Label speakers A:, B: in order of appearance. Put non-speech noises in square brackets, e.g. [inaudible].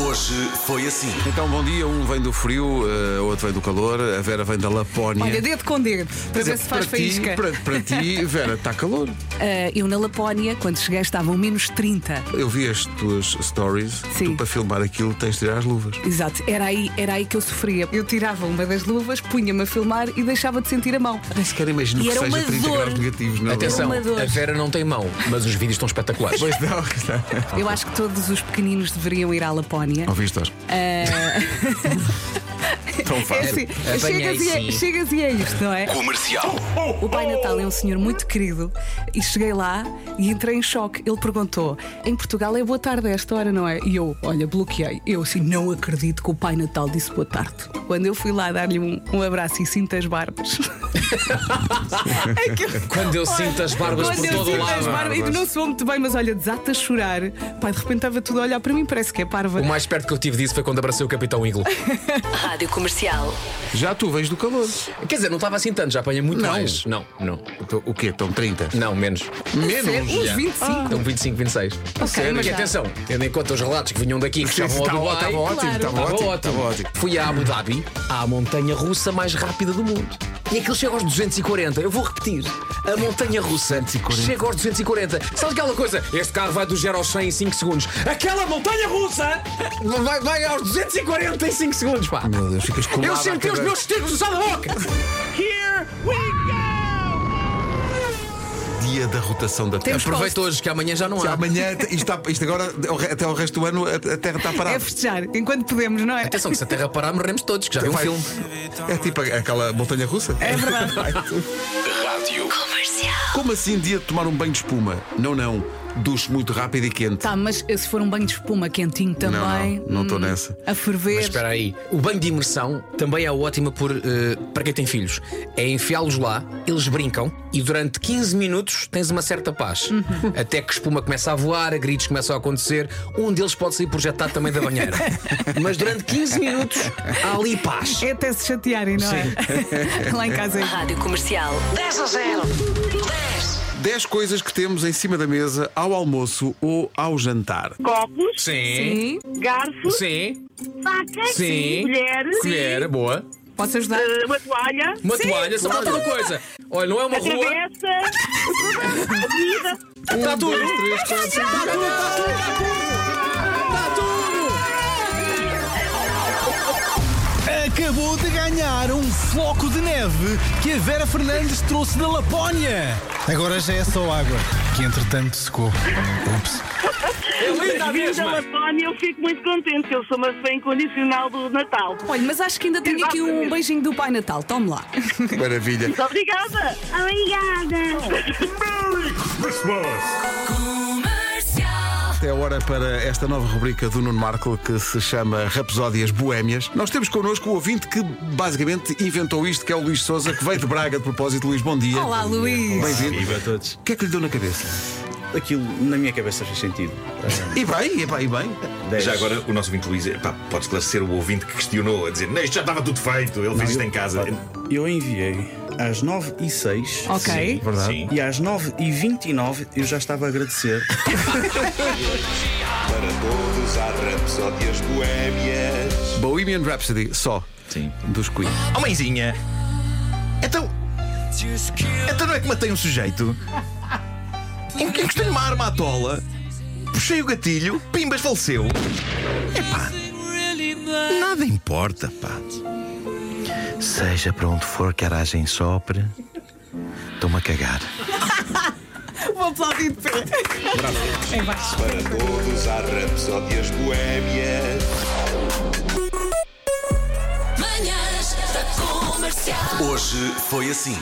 A: Hoje foi assim.
B: Então, bom dia. Um vem do frio, eh, outro vem do calor. A Vera vem da Lapónia.
C: Olha, dedo com dedo, para
B: é Quer dizer,
C: ver se faz
B: para
C: faísca.
B: Ti, para, para ti, Vera, está calor.
C: Ah, eu na Lapónia, quando cheguei, estavam menos 30.
B: Eu vi as tuas stories.
C: Sim.
B: Tu, para filmar aquilo, tens de tirar as luvas.
C: Exato, era aí, era aí que eu sofria. Eu tirava uma das luvas, punha-me a filmar e deixava de sentir a mão.
B: Nem sequer imagino
C: E
B: que
C: era um
B: seja
C: uma
B: 30
C: dor.
B: graus negativos. Não é?
D: Atenção,
C: Uma dor.
D: a Vera não tem mão, mas os vídeos estão espetaculares.
B: Pois não, está.
C: Eu acho que todos os pequeninos deveriam ir à Lapónia.
B: Ouviste, Oscar?
D: Então
B: Tão
C: É
B: fácil.
C: assim, chegas, e é,
D: sim.
C: chegas e é isto, não é?
A: Comercial.
C: O Pai Natal é um senhor muito querido e cheguei lá e entrei em choque. Ele perguntou: em Portugal é boa tarde a esta hora, não é? E eu, olha, bloqueei. Eu assim, não acredito que o Pai Natal disse boa tarde. Quando eu fui lá dar-lhe um, um abraço e sinto as
D: [laughs]
C: barbas. Aquilo-
D: Quando eu sinto as barbas
C: Quando
D: por
C: eu
D: todo
C: sinto
D: o lado.
C: as barbas, e não sou muito bem, mas olha, desata a chorar. Pai, de repente estava tudo a olhar para mim, parece que é parva.
D: O mais perto que eu tive disso foi quando abracei o Capitão Iglo.
E: Rádio Comercial.
B: Já tu vens do calor.
D: Quer dizer, não estava assim tanto, já apanhei muito
B: Não.
D: mais. Não, não.
B: Então, O quê? Estão 30?
D: Não, menos.
B: Menos.
C: Uns
D: Já.
C: 25.
D: Então 25, 26.
C: sério? mas
D: e
C: já.
D: atenção, tendo em conta os relatos que vinham daqui, que estavam ao
B: Estava
D: Dubai,
B: estava ótimo, estava
C: claro.
D: Estava
B: ótimo,
D: ótimo.
B: estava ótimo.
D: Fui a Abu Dhabi, à montanha russa mais rápida do mundo. E aquilo chega aos 240. Eu vou repetir. A montanha russa
B: 240.
D: chega aos 240. Sabe aquela coisa? Este carro vai do 0 aos 100 em 5 segundos. Aquela montanha russa vai, vai aos 240 em 5 segundos, pá.
B: Meu Deus, ficas colado
D: Eu
B: à
D: senti os
B: cadeira.
D: meus testículos no da boca.
B: Dia da rotação da Terra.
D: Aproveito hoje, que amanhã já não
B: Se
D: há.
B: Amanhã, isto, está- isto agora, até o resto do ano, a, a Terra está parada.
C: É festejar, enquanto podemos, não é?
D: Atenção, que se a Terra parar, morremos todos, que já tem um
B: Vai-
D: filme.
B: É tipo aquela montanha russa.
C: É
B: [laughs]
C: verdade.
A: Rádio.
B: Como assim dia de tomar um banho de espuma? Não, não. Duche muito rápido e quente.
C: Tá, mas se for um banho de espuma quentinho também. hum,
B: não, não tô nessa.
C: A ferver.
D: Mas espera aí, o banho de imersão também é ótimo por, eh, para quem tem filhos. É enfiá-los lá, eles brincam e durante 15 minutos tens uma certa paz. Até que a espuma começa a voar, a gritos começam a acontecer, um deles pode sair projetado também da [laughs] banheira. Mas durante 15 minutos há ali paz.
C: É até se chatearem, não é? [laughs] Lá em casa é.
E: Rádio Comercial.
F: 10 a 0. 10.
B: 10 coisas que temos em cima da mesa ao almoço ou ao jantar.
G: copos,
D: Sim.
C: Sim.
G: garfos,
D: Sim.
G: facas,
D: Sim.
G: colheres,
D: Colher, boa.
C: Posso ajudar?
G: eh, uma toalha,
D: Uma toalha, só falta uma coisa. Olha, não é uma rua. [laughs]
G: travessa,
D: É
G: comida.
D: Está tudo.
B: dois, três, quatro, cinco,
H: Acabou de ganhar um floco de neve que a Vera Fernandes trouxe da Lapónia. Agora já é só água, que entretanto secou. Ups.
D: É linda a
G: Vindo da
D: mesma.
G: Lapónia, eu fico muito contente, que eu sou uma fã incondicional do Natal.
C: Olha, mas acho que ainda tenho aqui um
G: Exatamente.
C: beijinho do Pai Natal. Tome lá.
B: Maravilha.
G: Muito obrigada!
B: É a hora para esta nova rubrica do Nuno Marco que se chama Rapsódias Boémias. Nós temos connosco o ouvinte que basicamente inventou isto, que é o Luís Souza, que veio de Braga de propósito. Luís, bom dia.
C: Olá, Luís.
B: Bem-vindo.
I: Viva a todos.
B: O que é que lhe deu na cabeça?
I: Aquilo na minha cabeça fez sentido.
B: E bem, e bem, e bem.
I: Dez.
J: Já agora o nosso ouvinte Luís pá, pode esclarecer o ouvinte que questionou a dizer, não, isto já estava tudo feito, ele fez isto em casa.
I: Eu enviei às 9 e 06
C: Ok.
J: Verdade.
I: e às 9 e 29 eu já estava a agradecer.
J: Para todos há rapsódias boémias.
B: Bohemian Rhapsody, só.
J: Sim.
B: Dos Queen.
J: Oh mãezinha! Então. Então não é que matei um sujeito? Em que encostei uma arma à tola, puxei o gatilho, pimbas faleceu. Epá! Nada importa, pá. Seja para onde for que a aragem sopre, estou-me a cagar.
C: [laughs] Vou aplaudir de pé.
J: Para todos há rapsódias boémias.
E: Manhãs da Comercial.
A: Hoje foi assim.